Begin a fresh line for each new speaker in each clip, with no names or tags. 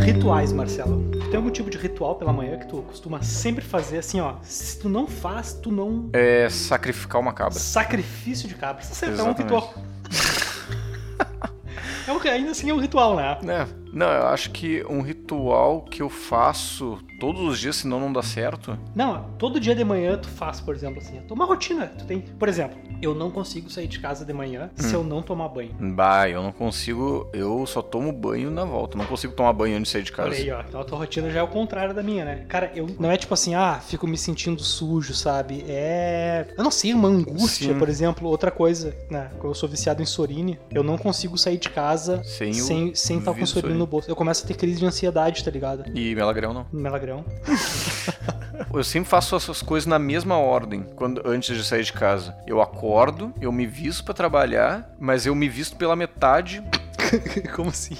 rituais, Marcelo. Tu tem algum tipo de ritual pela manhã que tu costuma sempre fazer assim, ó? Se tu não faz, tu não.
É sacrificar uma cabra.
Sacrifício de cabra. Isso é um
Exatamente.
ritual. É um- ainda assim é um ritual, né?
É, não, eu acho que um ritual que eu faço todos os dias, senão não dá certo.
Não, todo dia de manhã tu faz, por exemplo, assim, toma uma rotina. Tu tem, por exemplo, eu não consigo sair de casa de manhã se eu não tomar banho.
Bah, eu não consigo. Eu só tomo banho na volta. Não consigo tomar banho antes de sair de casa.
Olha aí, ó. Então a tua rotina já é o contrário da minha, né? Cara, eu não é tipo assim, ah, fico me sentindo sujo, sabe? É. Eu não sei, uma angústia,
Sim.
por exemplo, outra coisa, né? Quando eu sou viciado em sorine, eu não consigo sair de casa
Sem,
sem sem estar com
vidro
sorine no bolso. Eu começo a ter crise de ansiedade, tá ligado?
o. E melagrão não.
Melagrão.
Eu sempre faço essas coisas na mesma ordem quando antes de sair de casa. Eu acordo, eu me visto pra trabalhar, mas eu me visto pela metade.
Como assim?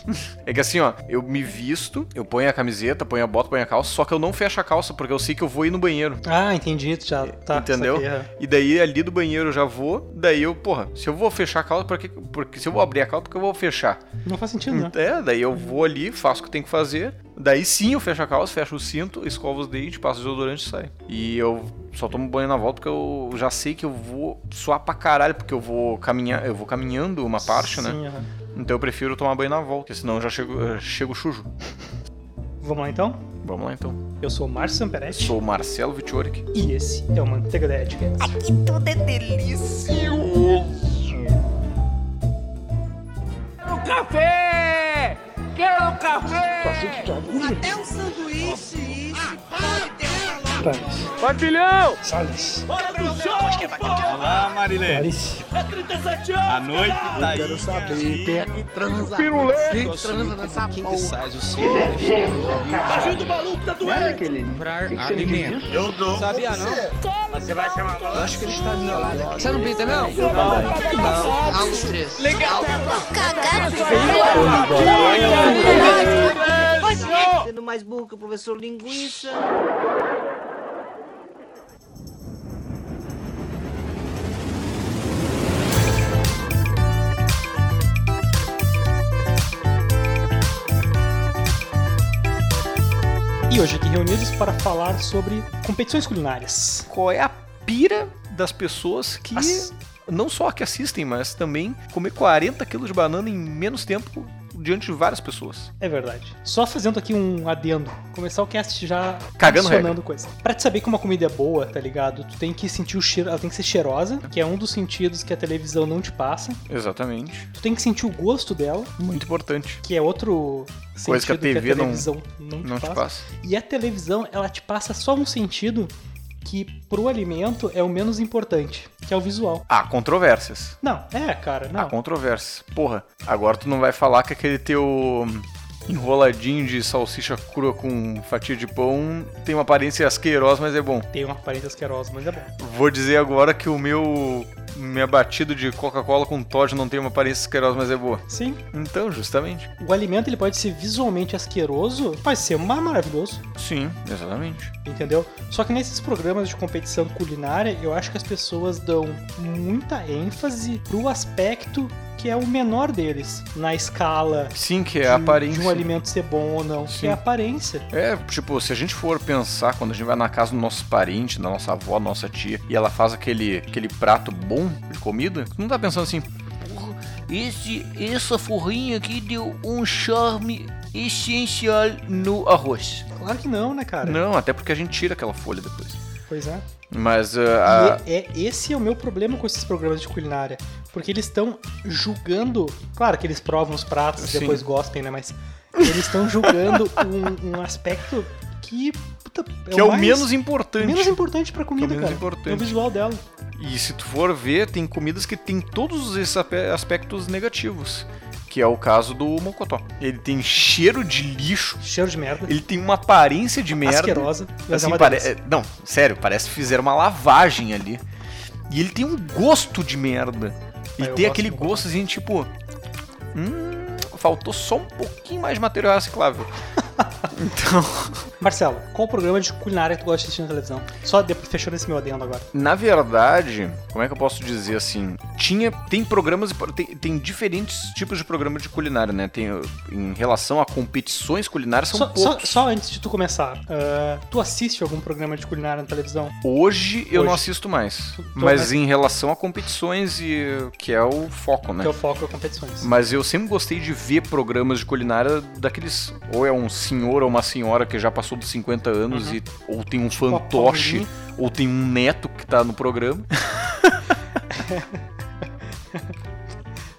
É que assim, ó, eu me visto, eu ponho a camiseta, ponho a bota, ponho a calça, só que eu não fecho a calça porque eu sei que eu vou ir no banheiro.
Ah, entendi, tu já tá.
Entendeu?
saquei, é.
E daí ali do banheiro eu já vou, daí eu, porra, se eu vou fechar a calça, pra que, porque se eu vou abrir a calça, porque eu vou fechar.
Não faz sentido, né?
É, daí eu vou ali, faço o que tem que fazer. Daí sim eu fecho a calça, fecho o cinto, escovo os dentes, passo o desodorante e saio. E eu só tomo banho na volta porque eu já sei que eu vou suar pra caralho, porque eu vou caminhar, eu vou caminhando uma parte, né?
Sim, aham.
Então eu prefiro tomar banho na volta, porque senão eu já chego, eu chego chujo.
Vamos lá então?
Vamos lá então.
Eu sou o Márcio Samperetti
Sou o Marcelo Vittoric.
e esse é o Manteiga da Etiquette.
Aqui tudo é delicioso.
Quero café! Quero café!
Até um sanduíche, isso. pode ter
Patilhão!
Salles.
Olá, Marilene.
Alice.
A noite tá aí.
Quero saber quem é que transa.
Pirulé!
Quem transa nessa porra?
Faz o seu.
Eu dou. Sabia não? Você vai chamar Eu acho que ele está violado. Você não pinta, não? Não. Há uns três. Legal. Sendo mais burro que o professor Linguiça.
E hoje aqui reunidos para falar sobre competições culinárias.
Qual é a pira das pessoas que
As-
não só que assistem, mas também comer 40 quilos de banana em menos tempo diante de várias pessoas.
É verdade. Só fazendo aqui um adendo. Começar o cast já
Cagando
adicionando coisa. Pra te saber que uma comida é boa, tá ligado? Tu tem que sentir o cheiro, ela tem que ser cheirosa, que é um dos sentidos que a televisão não te passa.
Exatamente.
Tu tem que sentir o gosto dela,
Muito importante.
que é outro sentido
Coisa que a TV não-
televisão não, te
Não te
passa.
passa.
E a televisão, ela te passa só um sentido que pro alimento é o menos importante, que é o visual.
Há controvérsias.
Não, é, cara,
Há
não.
controvérsias. Porra, agora tu não vai falar que aquele teu hum, enroladinho de salsicha crua com fatia de pão tem uma aparência asquerosa, mas é bom.
Tem uma aparência asquerosa, mas é bom.
Vou dizer agora que o meu minha batida de Coca-Cola com Todd não tem uma aparência asquerosa, mas é boa.
Sim,
Então, justamente.
o alimento ele pode ser visualmente asqueroso, pode ser mais maravilhoso,
Sim, exatamente.
entendeu? Só que nesses programas de competição culinária, eu acho que as pessoas dão muita ênfase pro aspecto que é o menor deles na escala
Sim, que é
de,
a aparência.
de um alimento ser bom ou não, que
Sim.
é a aparência.
É, tipo, se a gente for pensar quando a gente vai na casa do nosso parente, da nossa avó, da nossa tia, e ela faz aquele, aquele prato bom de comida, tu não tá pensando assim, "Porra, esse, essa forrinha aqui deu um charme essencial no arroz.
Claro que não, né, cara?
Não, até porque a gente tira aquela folha depois.
Pois é.
Mas ah,
E é, esse é o meu problema com esses programas de culinária. Porque eles estão julgando. Claro que eles provam os pratos e
Sim.
depois gostem, né? Mas eles estão julgando um, um aspecto que. Puta,
a- que é o
mais-
menos importante.
menos importante pra comida,
Que é o menos
cara.
importante.
É o visual dela.
E se tu for ver, tem comidas que tem todos esses ape- aspectos negativos. Que é o caso do mocotó. Ele tem cheiro de lixo,
Cheiro de merda.
ele tem uma aparência de merda.
Asquerosa. Mas é
Assim,
uma
pare-
delícia.
é, Não, sério, parece que fizeram uma lavagem ali. E ele tem um gosto de merda.
Ah,
Ele
eu
tem
gosto
aquele
do
gosto assim, tipo. Hum, faltou só um pouquinho mais de material reciclável. então,
Marcelo, qual programa de culinária tu gosta de assistir na televisão? Só, de- fechando esse meu adendo agora.
Na verdade, como é que eu posso dizer assim? Tinha, tem programas, e pro- tem, tem diferentes tipos de programa de culinária, né? Tem uh, em relação a competições culinárias são
Só, só,
poucos.
só antes de tu começar, ah, tu assiste algum programa de culinária na televisão?
Hoje, eu não
Hoje. Então,
assisto mais,
Tu- tu-
mas em relação a competições e que é o foco, né?
Que eu foco em competições.
Mas eu sempre gostei de ver programas de culinária daqueles. Ou é um senhor ou uma senhora que já passou dos 50 anos, e, ou tem um fantoche,
Uhum. Tipo Paulinho.
ou tem um neto que tá no programa.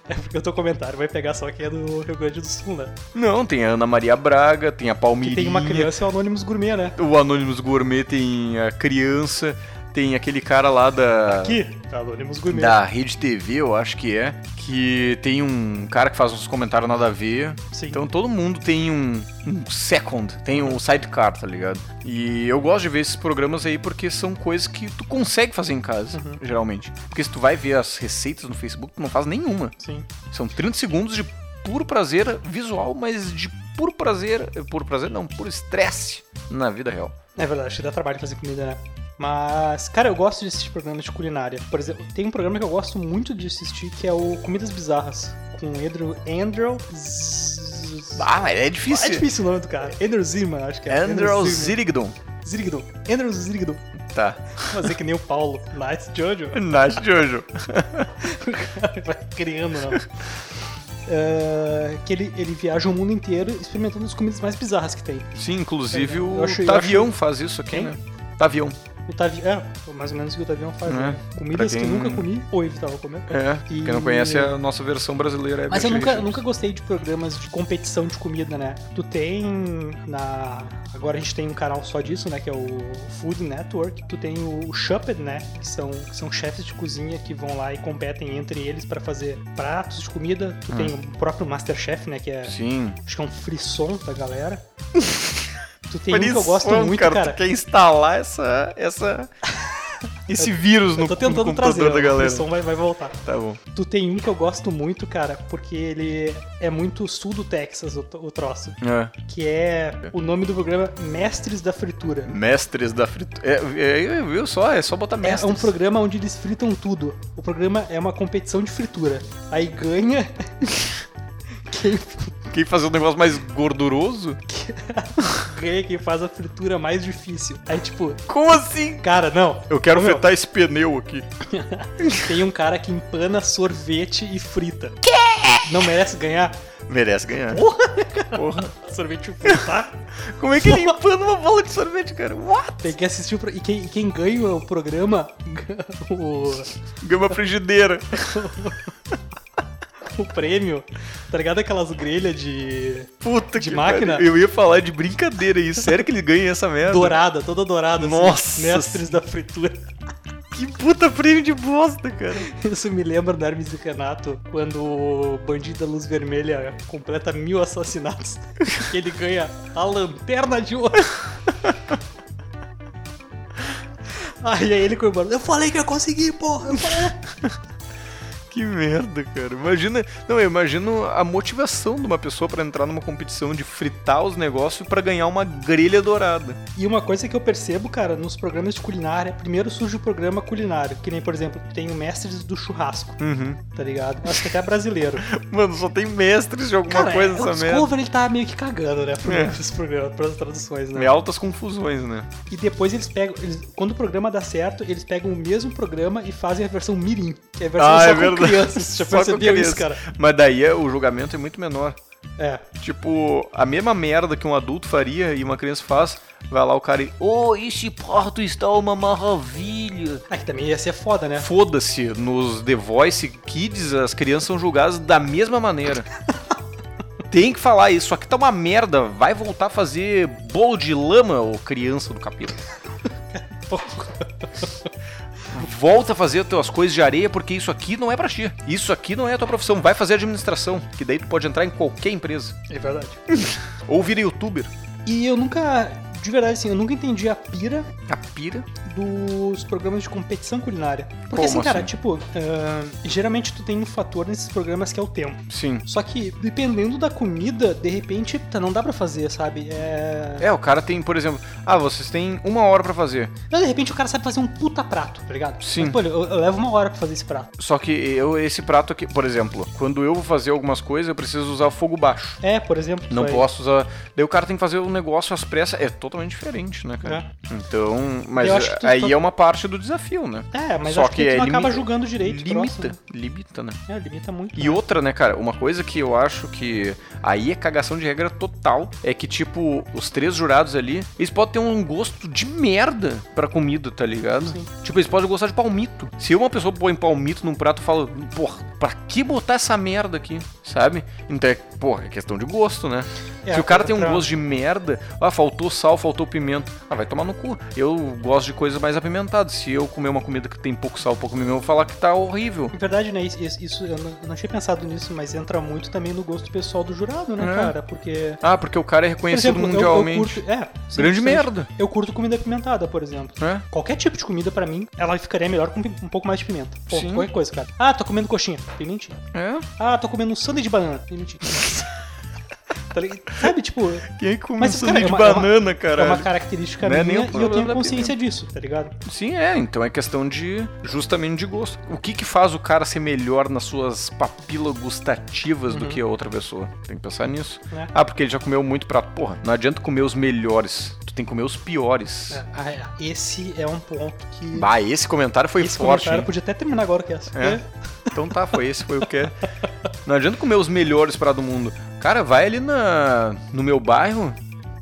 É porque o teu comentário vai pegar só quem é do Rio Grande do Sul, né?
Não, tem a Ana Maria Braga, tem a
Que
Palmirinha.
tem uma criança e o Anônimos Gourmet, né?
O Anonymous Gourmet tem a criança, tem aquele cara lá da.
Aqui, é Anônimos Gourmet.
Da Rede TV, eu acho que é. Que tem um cara que faz uns comentários nada a ver.
Sim.
Então todo mundo tem um, um second, tem um sidecar, tá ligado? E eu gosto de ver esses programas aí porque são coisas que tu consegue fazer em casa,
Uhum.
geralmente. Porque se tu vai ver as receitas no Facebook, tu não faz nenhuma.
Sim.
São 30 segundos de puro prazer visual, mas de puro prazer. Puro prazer não, puro estresse na vida real.
É verdade, acho que dá trabalho fazer comida, né? Mas, cara, eu gosto de assistir programas de culinária. Por exemplo, tem um programa que eu gosto muito de assistir que é o Comidas Bizarras, com o Andrew. Andrew. Z-
Ah, mas é
É
difícil.
difícil o nome do cara. Andrew Zirman, acho que é.
Andrew Zirigdon.
Zirigdon. Andrew Zirigdon.
Tá.
Fazer que nem o Paulo. Nice Jojo.
Nath Jojo.
Vai criando, não. É, que ele, ele viaja o mundo inteiro experimentando as comidas mais bizarras que tem.
Sim, inclusive o
É, Eu acho- eu
Tavião
acho-
faz isso aqui,
Quem?
né? Tavião.
O Tavi... É, mais ou menos o que o Tavião faz.
É,
né? Comidas
pra
que
quem-
nunca comi ou evitava comer.
É,
E-
quem não conhece a nossa versão brasileira. é
Mas eu
Beverly
nunca,
Hills.
nunca gostei de programas de competição de comida, né? Tu tem na. Agora a gente tem um canal só disso, né? Que é o Food Network. Tu tem o Shuped, né? Que são, que são chefes de cozinha que vão lá e competem entre eles pra fazer pratos de comida. Tu tem o próprio Masterchef, né? Que é.
Hum. Sim.
Acho que é um frisson da galera. tu tem um que eu gosto
Frição,
muito,
cara,
cara.
tu quer instalar essa. essa esse vírus no,
Eu tô tentando
no computador
trazer,
da
o
galera.
frisson vai, vai voltar.
Tá bom.
Tu tem um que eu gosto muito, cara, porque ele é muito sul do Texas, o, o troço.
É.
que é o nome do programa Mestres da Fritura.
Mestres da fritura. É, é, viu só? É só botar
É
mestres.
um programa onde eles fritam tudo. O programa é uma competição de fritura. Aí ganha. Quem,
Quem fazer um negócio mais gorduroso?
ganha quem faz a fritura mais difícil. Aí, tipo,
Como assim?
cara, não.
Eu quero
Meu.
afetar esse pneu aqui.
Tem um cara que empana sorvete e frita. Quê? Não merece ganhar
Merece ganhar. Porra.
né, sorvete e tá? fritar?
Como é que ele empana uma bola de sorvete, cara? What?
Tem que assistir o pro... e, quem, e quem ganha o programa, o,
Ganhou uma frigideira.
o prêmio, tá ligado? Aquelas grelhas de.
Puta
De
que
máquina?
pariu. Eu ia falar de brincadeira isso. Sério que ele ganha essa merda?
Dourada, toda dourada. assim,
Nossa.
Mestres da fritura.
Que puta prêmio de bosta, cara.
Isso me lembra do Hermes e Renato, quando o bandido da luz vermelha completa mil assassinatos. Ele ganha a lanterna de ouro. Aí aí ele comemora. Eu falei que eu consegui, porra! Eu falei.
Que merda, cara. Imagina. Não, eu imagino a motivação de uma pessoa pra entrar numa competição de fritar os negócios pra ganhar uma grelha dourada.
E uma coisa que eu percebo, cara, nos programas de culinária, primeiro surge o programa culinário, que nem, por exemplo, tem o Mestres do Churrasco,
Uhum.
tá ligado? Acho que até é brasileiro.
Mano, só tem mestres de alguma
Cara,
coisa
é,
nessa
o
merda.
Discovery ele tá meio que cagando, né? Para
É.
os programas, para as traduções, né?
É altas confusões, né?
E depois eles pegam. eles- quando o programa dá certo, eles pegam o mesmo programa e fazem a versão Mirim. Que é a versão só com crianças. Já
Ah, Só com
percebeu isso, cara?
criança. Mas daí é- o julgamento é muito menor.
É.
Tipo, a mesma merda que um adulto faria e uma criança faz, vai lá o cara e. Oh, este porto está uma maravilha.
Ah, que também ia ser foda, né?
Foda-se, nos The Voice Kids as crianças são julgadas da mesma maneira. Tem que falar isso, aqui tá uma merda, vai voltar a fazer bolo de lama, ô criança do capeta. Volta a fazer tuas coisas de areia porque isso aqui não é pra ti. Isso aqui não é a tua profissão, vai fazer administração, que daí tu pode entrar em qualquer empresa.
É verdade.
Ou vira youtuber.
E eu nunca. De verdade, assim, eu nunca entendi a pira
A pira.
do dos programas de competição culinária. Porque
Como
assim, cara,
assim?
tipo, ah, geralmente tu tem um fator nesses programas que é o tempo.
Sim.
Só que, dependendo da comida, de repente, tá, não dá pra fazer, sabe? É...
É, o cara tem, por exemplo, ah, vocês têm uma hora pra fazer.
Não, de repente o cara sabe fazer um puta prato, tá ligado?
Sim.
Mas, pô, eu, eu levo uma hora pra fazer esse prato.
Só que eu, esse prato aqui, por exemplo, quando eu vou fazer algumas coisas, eu preciso usar fogo baixo.
É, por exemplo.
Não
foi-
posso usar. Daí o cara tem que fazer um negócio às pressas. É totalmente diferente, né, cara?
É.
Então. Mas
Eu acho que tu- tá-
aí
tu-
é uma parte do desafio, né?
É, mas
Só
acho que,
que
tu não
é
acaba
limita-
julgando direito. o
limita,
próximo.
limita, né?
É, limita muito.
E outra, né, cara, uma coisa que eu acho que aí é cagação de regra total é que, tipo, os três jurados ali, eles podem ter um gosto de merda pra comida, tá ligado?
Sim.
Tipo, eles podem gostar de palmito. Se uma pessoa põe palmito num prato, fala, porra, pra que botar essa merda aqui, sabe? Então é, porra, é questão de gosto, né?
É,
Se o cara tem um
pra-
gosto de merda, ah, faltou sal, faltou pimenta, ah, vai tomar no cu. Eu gosto de coisas mais apimentadas. Se eu comer uma comida que tem pouco sal, pouco pimenta, eu vou falar que tá horrível.
Na verdade, né? Isso, isso- isso- eu, não, eu não tinha pensado nisso, mas entra muito também no gosto pessoal do jurado, né,
É.
cara? Porque.
Ah, porque o cara é
Por
reconhecido
exemplo, eu-
mundialmente.
Eu, curto, é, sim,
Grande
justamente.
merda.
Eu curto comida apimentada, por exemplo.
É.
Qualquer tipo de comida, pra mim, ela ficaria melhor com um pouco mais de pimenta. Pô,
Sim.
qualquer coisa, cara. Ah, tô comendo coxinha. Pimentinha.
É?
Ah, tô comendo um sanduíche de banana. Pimentinha. Tá ligado? Sabe, tipo,
Quem é que come
Mas,
sanduíche
cara, é
de
uma- é uma-
banana,
é uma
caralho?
característica
Não é nem
minha
o
e eu
problema
tenho
da
consciência disso, tá ligado?
Sim, é. Então é questão de. Justamente de gosto. O que que faz o cara ser melhor nas suas papilas gustativas
Uhum.
do que a outra pessoa? Tem que pensar nisso.
É.
Ah, porque ele já comeu muito prato. Porra, não adianta comer os melhores. Tu tem que comer os piores.
Ah, é. esse é um ponto que.
Bah, esse comentário foi
esse
forte.
comentário
hein?
podia até terminar agora que essa.
É. Então tá, foi esse, foi o que. Não adianta comer os melhores pratos do mundo. Cara, vai ali na, no meu bairro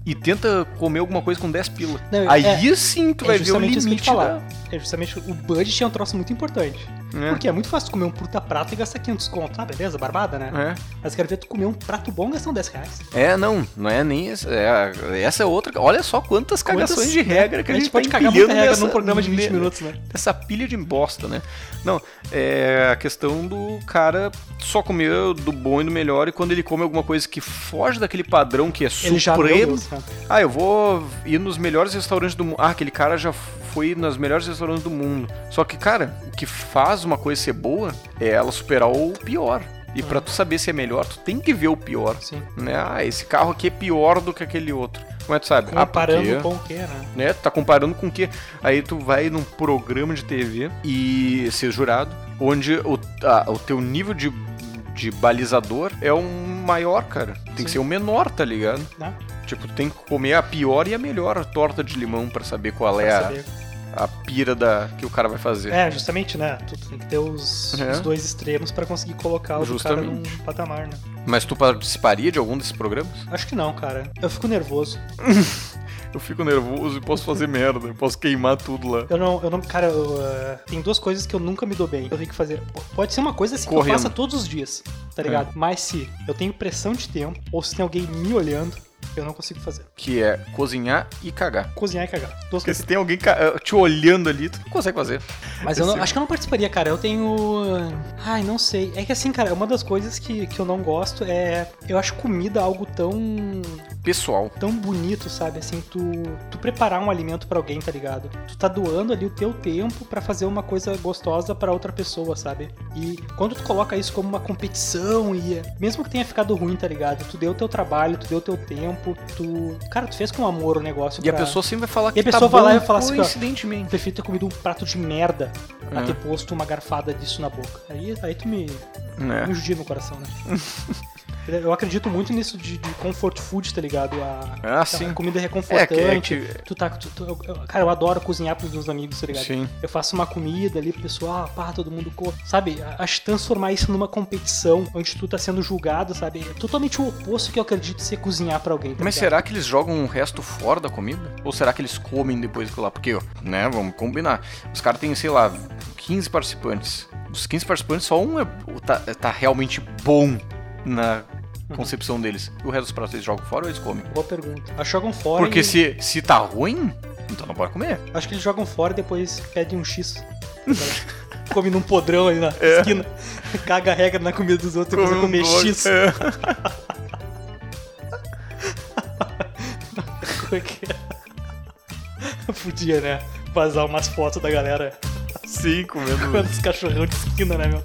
e tenta comer alguma coisa com 10 pila.
Não,
Aí
é-
sim tu
É
vai ver o
justamente
limite
isso que eu ia te falar.
da-
É justamente o budget é um troço muito importante.
É.
Porque é muito fácil tu comer um puta prato e gastar 500 conto. Ah, beleza, barbada, né? Mas quero ver tu comer um prato bom gastando 10 reais.
É. é, não, não é nem isso. É, essa é outra. Olha só quantas cagações
Quantas,
de
né?
regra que a gente,
pode
tá
cagar muita
empilhando
regra
nessa-
num programa de 20
ne-
minutos, né?
Essa pilha de bosta, né? Não, é a questão do cara só comer do bom e do melhor, e quando ele come alguma coisa que foge daquele padrão que é
Ele já meu
supremo,
Deus, cara.
Ah, eu vou ir nos melhores restaurantes do mundo. Ah, aquele cara já foi nos melhores restaurantes do mundo. Só que, cara, o que faz uma coisa ser boa é ela superar o pior. E pra
Uhum.
tu saber se é melhor, tu tem que ver o pior.
Sim.
Né? Ah, esse carro aqui é pior do que aquele outro. Como é que tu sabe? Ah,
Comparando
porque-
com o que, né?
né? Tu tá comparando com o quê? Aí tu vai num programa de TV e ser jurado, onde o, a- o teu nível de, de balizador é o maior, cara. Tem
Sim.
que ser o menor, tá ligado?
Né?
Tipo, tu tem que comer a pior e a melhor torta de limão pra saber qual é
Pra
a,
saber.
a pira da, que o cara vai fazer.
É, justamente, né? Tu tem que ter os,
É.
os dois extremos pra conseguir colocar o do cara num
Justamente.
patamar, né?
Mas tu participaria de algum desses programas?
Acho que não, cara. Eu fico nervoso.
Eu fico nervoso e posso fazer merda, eu posso queimar tudo lá.
Eu não, eu não, cara, eu, eh, tem duas coisas que eu nunca me dou bem. Eu tenho que fazer. P- Pode ser uma coisa assim que eu
Correndo. É.
faça todos os dias, tá ligado? Mas se eu tenho pressão de tempo ou se tem alguém me olhando, eu não consigo fazer.
Que é cozinhar e cagar.
Cozinhar e cagar. Duas
Porque
coisas.
se tem alguém ca- eh, te olhando ali, tu não consegue fazer.
Mas eu não-
esse-
acho que eu não participaria, cara. Eu tenho. eh, Ai, não sei. É que assim, cara, uma das coisas que, que eu não gosto é. Eu acho comida algo tão.
Pessoal.
tão bonito, sabe? Assim, tu, tu preparar um alimento pra alguém, tá ligado? Tu tá doando ali o teu tempo pra fazer uma coisa gostosa pra outra pessoa, sabe? E quando tu coloca isso como uma competição e é, mesmo que tenha ficado ruim, tá ligado? Tu deu o teu trabalho, tu deu o teu tempo, tu, cara, tu fez com amor o negócio
E a
pra-
pessoa sempre vai falar
E
que
a pessoa
tá
vai lá
bom
e fala assim, ó,
coincidentemente.
prefiro ter comido um prato de merda a
É.
ter posto uma garfada disso na boca. Aí, aí tu me,
É.
um judia no coração, né? Eu acredito muito nisso de, de comfort food, tá ligado? A,
Ah,
aquela
sim.
comida reconfortante.
É que- é que-
Tu tá, tu- tu- eu- eu- cara, eu adoro cozinhar pros meus amigos, tá ligado?
Sim.
Eu faço uma comida ali pro pessoal, ah, pá, todo mundo come. Sabe? A- Acho que transformar isso numa competição onde tu tá sendo julgado, sabe? É totalmente o oposto que eu acredito ser cozinhar pra alguém. tá
Mas
ligado?
será que eles jogam o resto fora da comida? Ou será que eles comem depois que lá? Porque, ó, né, vamos combinar. Os caras têm, sei lá, 15 participantes. Dos 15 participantes, só um é, tá, tá realmente bom na concepção deles. E o resto dos pratos eles jogam fora ou eles comem?
Boa pergunta. Acho que jogam fora.
Porque
e-
se, se tá ruim, então não pode comer.
Acho que eles jogam fora e depois pedem um X. Come num podrão ali na
É.
esquina. Caga a regra na comida dos outros e depois vai Tipo, comer X.
É.
é Podia, né? vazar umas fotos da galera
Sim, comendo.
comendo os cachorrão de esquina, né, meu?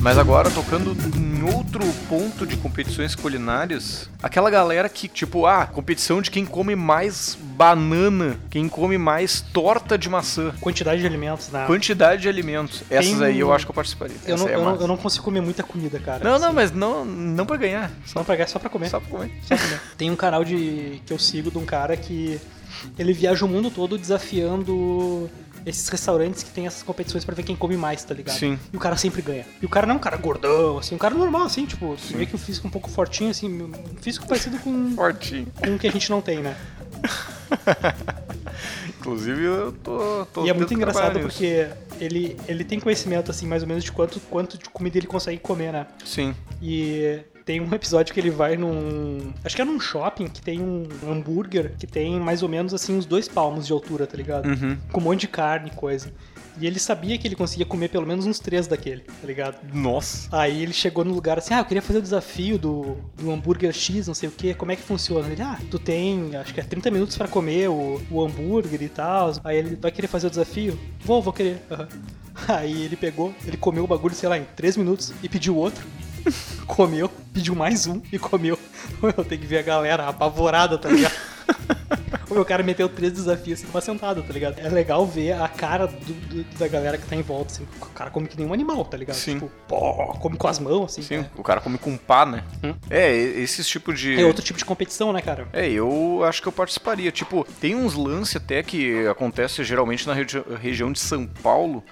Mas agora, tocando em outro ponto de competições culinárias, aquela galera que, tipo, ah, competição de quem come mais banana, quem come mais torta de maçã.
Quantidade de alimentos, né?
Quantidade de alimentos. Essas aí eu acho que eu participaria.
Eu
Essa
não,
aí é
eu, não,
massa.
eu não consigo comer muita comida, cara. Assim,
Não, não, mas não, não pra ganhar.
Só pra, é só pra comer.
Só pra comer.
Tem um canal de que eu sigo de um cara que ele viaja o mundo todo desafiando esses restaurantes que tem essas competições pra ver quem come mais, tá ligado?
Sim.
E o cara sempre ganha. E o cara não é um cara gordão, assim, um cara normal, assim, tipo, tu vê que o físico é um pouco fortinho, assim, um físico parecido com,
Fortinho.
com o que a gente não tem, né?
Inclusive, eu tô. tô
E é muito
tentando
engraçado
trabalhar nisso.
porque ele, ele tem conhecimento, assim, mais ou menos de quanto, quanto de comida ele consegue comer, né?
Sim.
E tem um episódio que ele vai num. Acho que é num shopping que tem um hambúrguer que tem mais ou menos assim uns dois palmos de altura, tá ligado?
Uhum.
Com um monte de carne e coisa. E ele sabia que ele conseguia comer pelo menos uns três daquele, tá ligado?
Nossa.
Aí ele chegou no lugar assim, ah, eu queria fazer o desafio do, do hambúrguer X, não sei o que, como é que funciona? Ele, ah, tu tem, acho que é 30 minutos pra comer o, o hambúrguer e tal. Aí ele vai querer fazer o desafio? Vou, vou querer. Aham. Aí ele pegou, ele comeu o bagulho, sei lá, em 3 minutos e pediu outro. comeu, pediu mais um e comeu. Eu tenho que ver a galera apavorada, tá ligado? O meu cara meteu três desafios assim, numa sentada, tá ligado? É legal ver a cara do- do- da galera que tá em volta, assim. O cara come que nem um animal, tá ligado?
Sim.
Tipo, pó, come com as mãos, assim.
Sim, o cara come com pá, né?
Hum.
É, e- esses tipos de.
É outro tipo de competição, né, cara?
É, eu acho que eu participaria. Tipo, tem uns lances até que acontece geralmente na regi- região de São Paulo,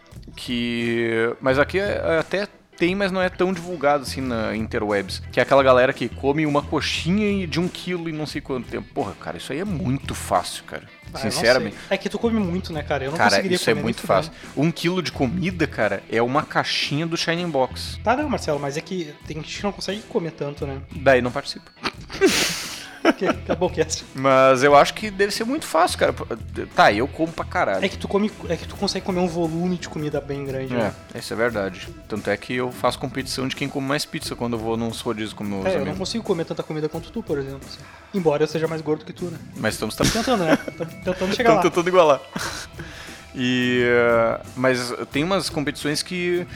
que. Mas aqui é- até tem, mas não é tão divulgado assim na interwebs. Que é aquela galera que come uma coxinha e- de um quilo em não sei quanto tempo. Porra, cara, isso aí é muito fácil, cara.
Ah, eu não
Sinceramente.
sei. É que tu come muito, né, cara? Eu não
Cara,
conseguiria
isso é
comer nem
muito
fudendo.
fácil. Um quilo de comida, cara, é uma caixinha do Shining Box.
Tá, não, Marcelo, mas é que tem gente que não consegue comer tanto, né?
Daí não participo.
Porque acabou é assim. o cast.
Mas eu acho que deve ser muito fácil, cara. Tá, eu como pra caralho.
É que tu come. É que tu consegue comer um volume de comida bem grande, né?
É, isso é verdade. Tanto é que eu faço competição de quem come mais pizza quando eu vou nos rodízios com meus
É, eu não
amigos.
consigo comer tanta comida quanto tu, por exemplo. assim. Embora eu seja mais gordo que tu, né?
Mas estamos tam-
Tentando, né? Tamo Tentando chegar
estamos
lá.
tentando igualar. E, eh, mas tem umas competições que,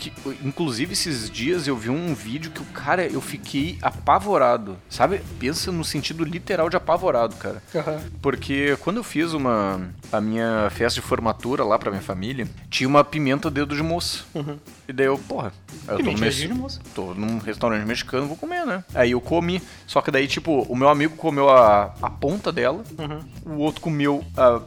que. Inclusive esses dias eu vi um vídeo que o cara, eu fiquei apavorado. Sabe? Pensa no sentido literal de apavorado, cara.
Aham.
Porque quando eu fiz uma a minha festa de formatura lá pra minha família, tinha uma pimenta dedo de moça.
Uhum.
E daí eu, porra, eu tô no
Pimenta
meu-
de moça.
tô num restaurante mexicano, vou comer, né? Aí eu comi, só que daí, tipo, o meu amigo comeu a, a ponta dela, o outro comeu a,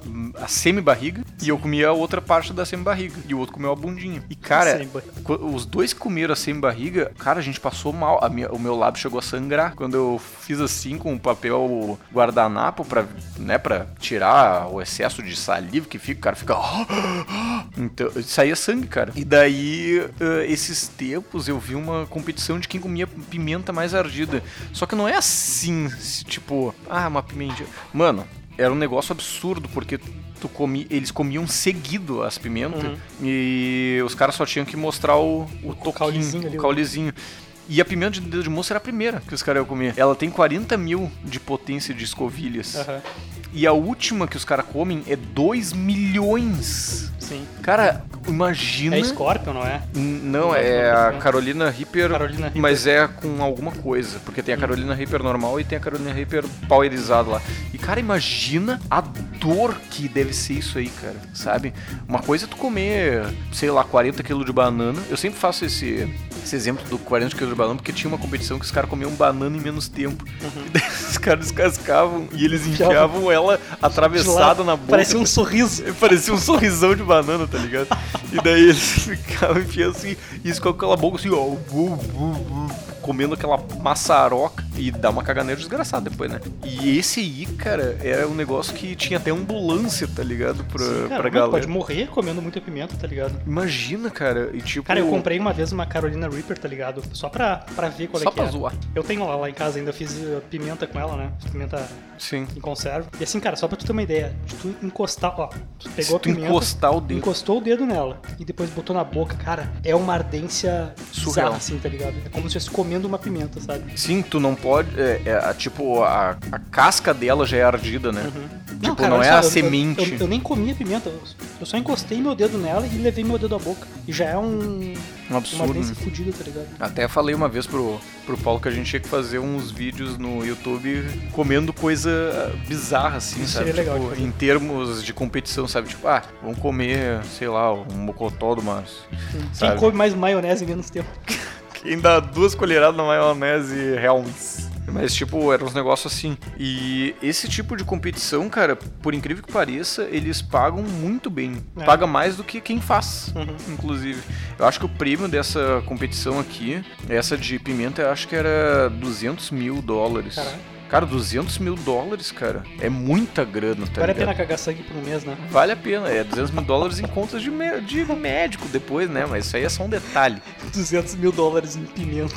a semi-barriga, e eu comi a outra parte da semi-barriga, e o outro comeu a bundinha. E, cara,
Semi-ba-
qu- os dois que comeram a semi-barriga, cara, a gente passou mal, a minha- o meu lábio chegou a sangrar. Quando eu fiz assim com o papel guardanapo pra, né, pra tirar o excesso de saliva que fica, o cara fica... Então, saía sangue, cara. E daí, ah, esses tempos, eu vi uma competição de quem comia pimenta mais ardida. Só que não é assim, se, tipo, ah, uma pimentinha. Mano, era um negócio absurdo, porque tu comi, eles comiam seguido as pimentas
Uhum.
e os caras só tinham que mostrar o, o, toquinho,
caulezinho ali, né?
o
o-
caulezinho. E a pimenta de dedo de moça era a primeira que os caras iam comer. Ela tem 40 mil de potência de escovilhas.
Aham.
E a última que os caras comem é 2 milhões.
Sim.
Cara, imagina.
É Scorpion, não é?
N- Não, é a Carolina Reaper,
Carolina Reaper.
mas é com alguma coisa, porque tem a Carolina Reaper normal e tem a Carolina Reaper powerizada lá. E cara, imagina a dor que deve ser isso aí, cara, sabe? Uma coisa é tu comer, sei lá, 40 kg de banana. Eu sempre faço esse, esse exemplo do 40 kg de banana, porque tinha uma competição que os caras comiam banana em menos tempo. E daí os caras descascavam e eles enfiavam ela atravessada na boca.
Parece um sorriso.
Parecia um sorrisão de banana, tá ligado? E daí eles ficavam enfiando assim, isso com aquela boca assim, ó, bu, bu, bu, comendo aquela maçaroca. E dá uma caganeira desgraçada depois, né? E esse aí, cara, era um negócio que tinha até ambulância, tá ligado? Pra,
Sim, cara,
pra
mano,
galera.
Pode morrer comendo muita pimenta, tá ligado?
Imagina, cara. E tipo.
Cara, eu comprei uma vez uma Carolina Reaper, tá ligado? Só pra, pra ver qual
Só
é que
pra
era.
zoar.
Eu tenho lá, lá em casa ainda, eu fiz eh, pimenta com ela, né? Pimenta
Sim.
em conserva. E assim, cara, só pra tu ter uma ideia, de tu encostar, ó, tu pegou
Se
a
tu
pimenta,
encostar o dedo.
encostou o dedo nela e depois botou na boca, cara, é uma ardência
Surreal.
bizarra, assim, tá ligado? É como se estivesse comendo uma pimenta, sabe?
Sim, tu não pode. É, é, a- tipo, a, a casca dela já é ardida, né? Tipo,
Uhum. cara,
não
olha
é
só,
a
eu- eu-
semente.
Eu, eu nem comi a pimenta, eu- eu só encostei meu dedo nela e levei meu dedo à boca. E já é um.
Um
Uma
absurdo.
ardência
né?
fodida, tá ligado?
Até falei uma vez pro, pro Paulo que a gente tinha que fazer uns vídeos no YouTube comendo coisa bizarra, assim,
Isso
sabe?
seria legal
Tipo,
de fazer.
em termos de competição, sabe? Tipo, ah, vamos comer, sei lá, um mocotó do mas
Quem
Sabe?
come mais maionese em menos tempo?
Quem dá duas colheradas na maionese Helms. Mas, tipo, eram uns negócios assim. E esse tipo de competição, cara, por incrível que pareça, eles pagam muito bem.
É.
Paga mais do que quem faz,
Uhum.
inclusive. Eu acho que o prêmio dessa competição aqui, essa de pimenta, eu acho que era 200 mil dólares.
Caralho.
Cara, 200 mil dólares, cara. É muita grana, tá
vale a
ligado?
pena cagar sangue por um mês, né?
Vale a pena. É 200 mil dólares em contas de, mé- de médico depois, né? Mas isso aí é só um detalhe.
200 mil dólares em pimenta.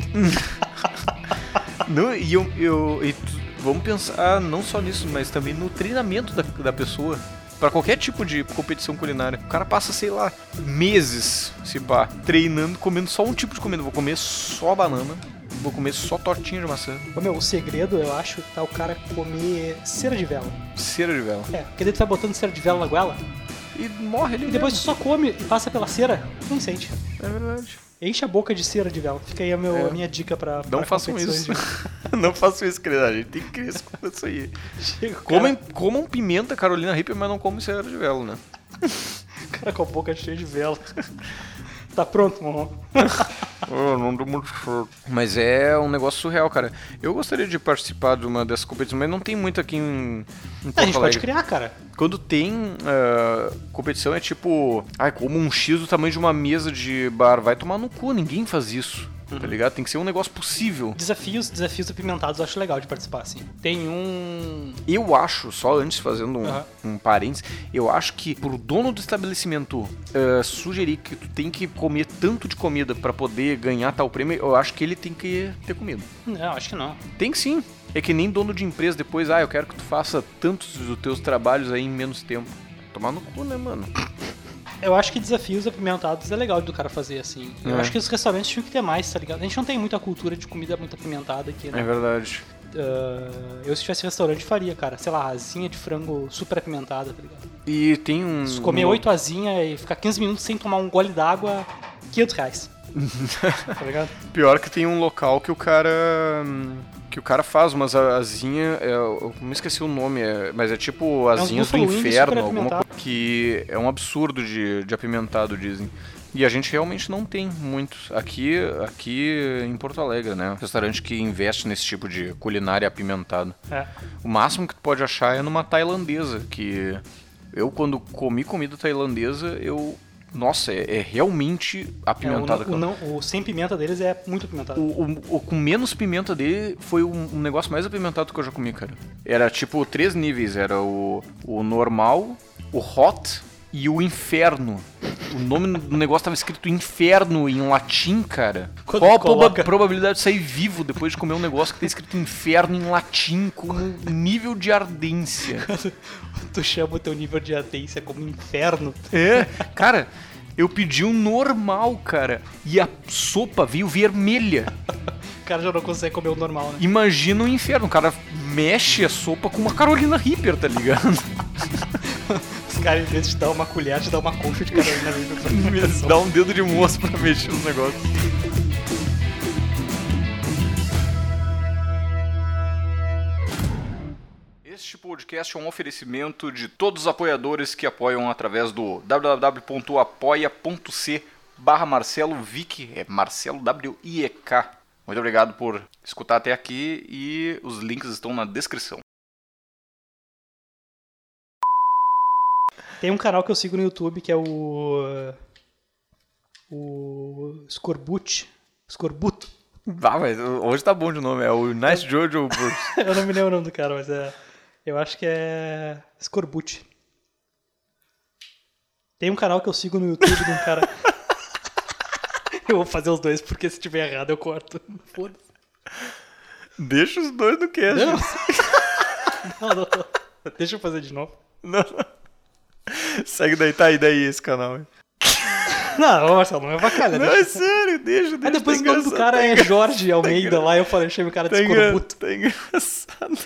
Não, e eu, eu- e tu- vamos pensar não só nisso, mas também no treinamento da, da pessoa. Pra qualquer tipo de competição culinária. O cara passa, sei lá, meses, se pá, treinando, comendo só um tipo de comida. Vou comer só banana, vou comer só tortinha de maçã,
Ô, meu, o segredo, eu acho, tá o cara comer cera de vela.
cera de vela.
É, porque daí tu vai botando cera de vela na goela
E morre ali
e depois tu só
mesmo.
come e passa pela cera, tu não sente.
É verdade.
Enche a boca de cera de vela. Fica aí a, meu-
É.
a minha dica pra.
Não
pra
façam
competições
isso. não façam isso, querida. A gente tem que crescer com isso aí.
De...
Comem,
Comem.
comam pimenta Carolina Reaper, mas não comem cera de vela, né?
Cara, cara com a boca cheia de vela. tá pronto, mamão.
Eu Ah, não dou muito certo. Mas é um negócio surreal, cara. Eu gostaria de participar de uma dessas competições, mas não tem muito aqui em, em
A
Porto
gente pode
Alegre.
criar, cara.
Quando tem ah, competição, é tipo... Ai, como um X do tamanho de uma mesa de bar. Vai tomar no cu, ninguém faz isso.
Uhum.
Tá ligado? Tem que ser um negócio possível.
Desafios, desafios apimentados, eu acho legal de participar, assim. Tem um.
Eu acho, só antes fazendo um,
Aham.
um parênteses, eu acho que pro dono do estabelecimento ah, sugerir que tu tem que comer tanto de comida pra poder ganhar tal prêmio, eu acho que ele tem que ter comido.
Não, acho que não.
Tem sim. É que nem dono de empresa depois, ah, eu quero que tu faça tantos dos teus trabalhos aí em menos tempo. Tomar no cu, né, mano?
Eu acho que desafios apimentados é legal do cara fazer, assim. Eu
É.
acho que os restaurantes tinham que ter mais, tá ligado? A gente não tem muita cultura de comida muito apimentada aqui, né?
É verdade.
Ah, eu, se tivesse restaurante, faria, cara. Sei lá, asinha de frango super apimentada, tá ligado?
E tem um.
Se comer oito asinhas e ficar 15 minutos sem tomar um gole d'água, 500 reais. tá ligado?
Pior que tem um local que o cara. hum, Que o cara faz umas asinhas. Eu me esqueci o nome, é- mas é tipo
uns
asinhas do
buffalo wings
inferno,
super
alguma
apimentado.
coisa. Que é um absurdo de, de apimentado, dizem. E a gente realmente não tem muitos. Aqui, aqui em Porto Alegre, né? Restaurante que investe nesse tipo de culinária apimentada.
É.
O máximo que tu pode achar é numa tailandesa, que eu quando comi comida tailandesa, eu. Nossa, é, é realmente
É, o, não- o,
apimentada. cara.
não- o sem pimenta deles é muito apimentado.
O, o- o com menos pimenta dele foi um, um negócio mais apimentado que eu já comi, cara. Era tipo três níveis: era o, o normal, o hot e o inferno. O nome do negócio tava escrito inferno em latim, cara.
Quando
Qual a proba-
coloca-
probabilidade de sair vivo depois de comer um negócio que tá escrito inferno em latim com um nível de ardência?
Tu chama o teu nível de atência como um inferno.
É, cara, eu pedi um normal, cara, e a sopa veio vermelha.
O cara já não consegue comer o normal, né?
Imagina o inferno, o cara mexe a sopa com uma Carolina Reaper, tá ligado?
Os caras, em vez de dar uma colher, te dá uma concha de né? Carolina Reaper pra
Eles Dá um dedo de moço pra mexer nos negócios. Este podcast é um oferecimento de todos os apoiadores que apoiam através do www.apoia.c barra Marcelo Vick, é Marcelo W-I-E-K. Muito obrigado por escutar até aqui e os links estão na descrição.
Tem um canal que eu sigo no YouTube que é o. O. Scorbucci. Scorbuto.
Ah, mas hoje tá bom de nome, é o Nice Jojo Bruce.
Eu não me lembro o nome do cara, mas é. Eu acho que é. Scorbucci. Tem um canal que eu sigo no YouTube de um cara. eu vou fazer os dois, porque se tiver errado eu corto. Foda-se.
Deixa os dois no cast.
Não. Não, não, não. Deixa eu fazer de novo.
Não. Segue daí, tá aí daí esse canal. hein?
Não, Marcelo, não é bacana.
Não, é sério, deixa, deixa.
Aí depois o
tá
nome do
engraçado,
cara
tá
é
engra-
Jorge Almeida lá, eu falei, chamo o cara de
tá engra-
escorbuto.
Tá engraçado.